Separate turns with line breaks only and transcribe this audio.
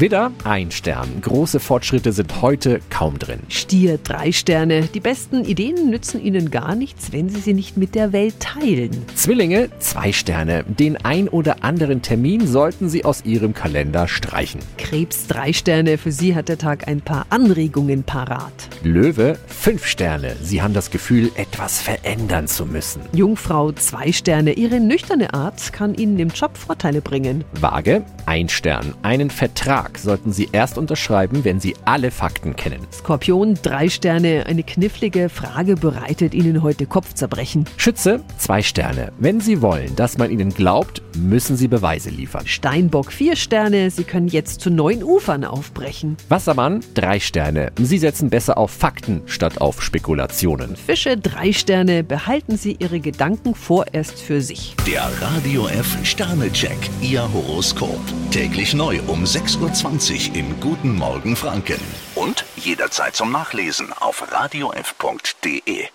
Widder, ein Stern. Große Fortschritte sind heute kaum drin.
Stier, drei Sterne. Die besten Ideen nützen Ihnen gar nichts, wenn Sie sie nicht mit der Welt teilen.
Zwillinge, zwei Sterne. Den ein oder anderen Termin sollten Sie aus Ihrem Kalender streichen.
Krebs, drei Sterne. Für Sie hat der Tag ein paar Anregungen parat.
Löwe, fünf Sterne. Sie haben das Gefühl, etwas verändern zu müssen.
Jungfrau, zwei Sterne. Ihre nüchterne Art kann Ihnen im Job Vorteile bringen.
Waage, ein Stern. Einen Vertrag sollten Sie erst unterschreiben, wenn Sie alle Fakten kennen.
Skorpion, drei Sterne. Eine knifflige Frage bereitet Ihnen heute Kopfzerbrechen.
Schütze, zwei Sterne. Wenn Sie wollen, dass man Ihnen glaubt, müssen Sie Beweise liefern.
Steinbock, vier Sterne. Sie können jetzt zu neuen Ufern aufbrechen.
Wassermann, drei Sterne. Sie setzen besser auf Fakten statt auf Spekulationen.
Fische, drei Sterne. Behalten Sie Ihre Gedanken vorerst für sich.
Der Radio F Sternecheck, Ihr Horoskop. Täglich neu um 6.20 Uhr im Guten Morgen Franken. Und jederzeit zum Nachlesen auf radiof.de.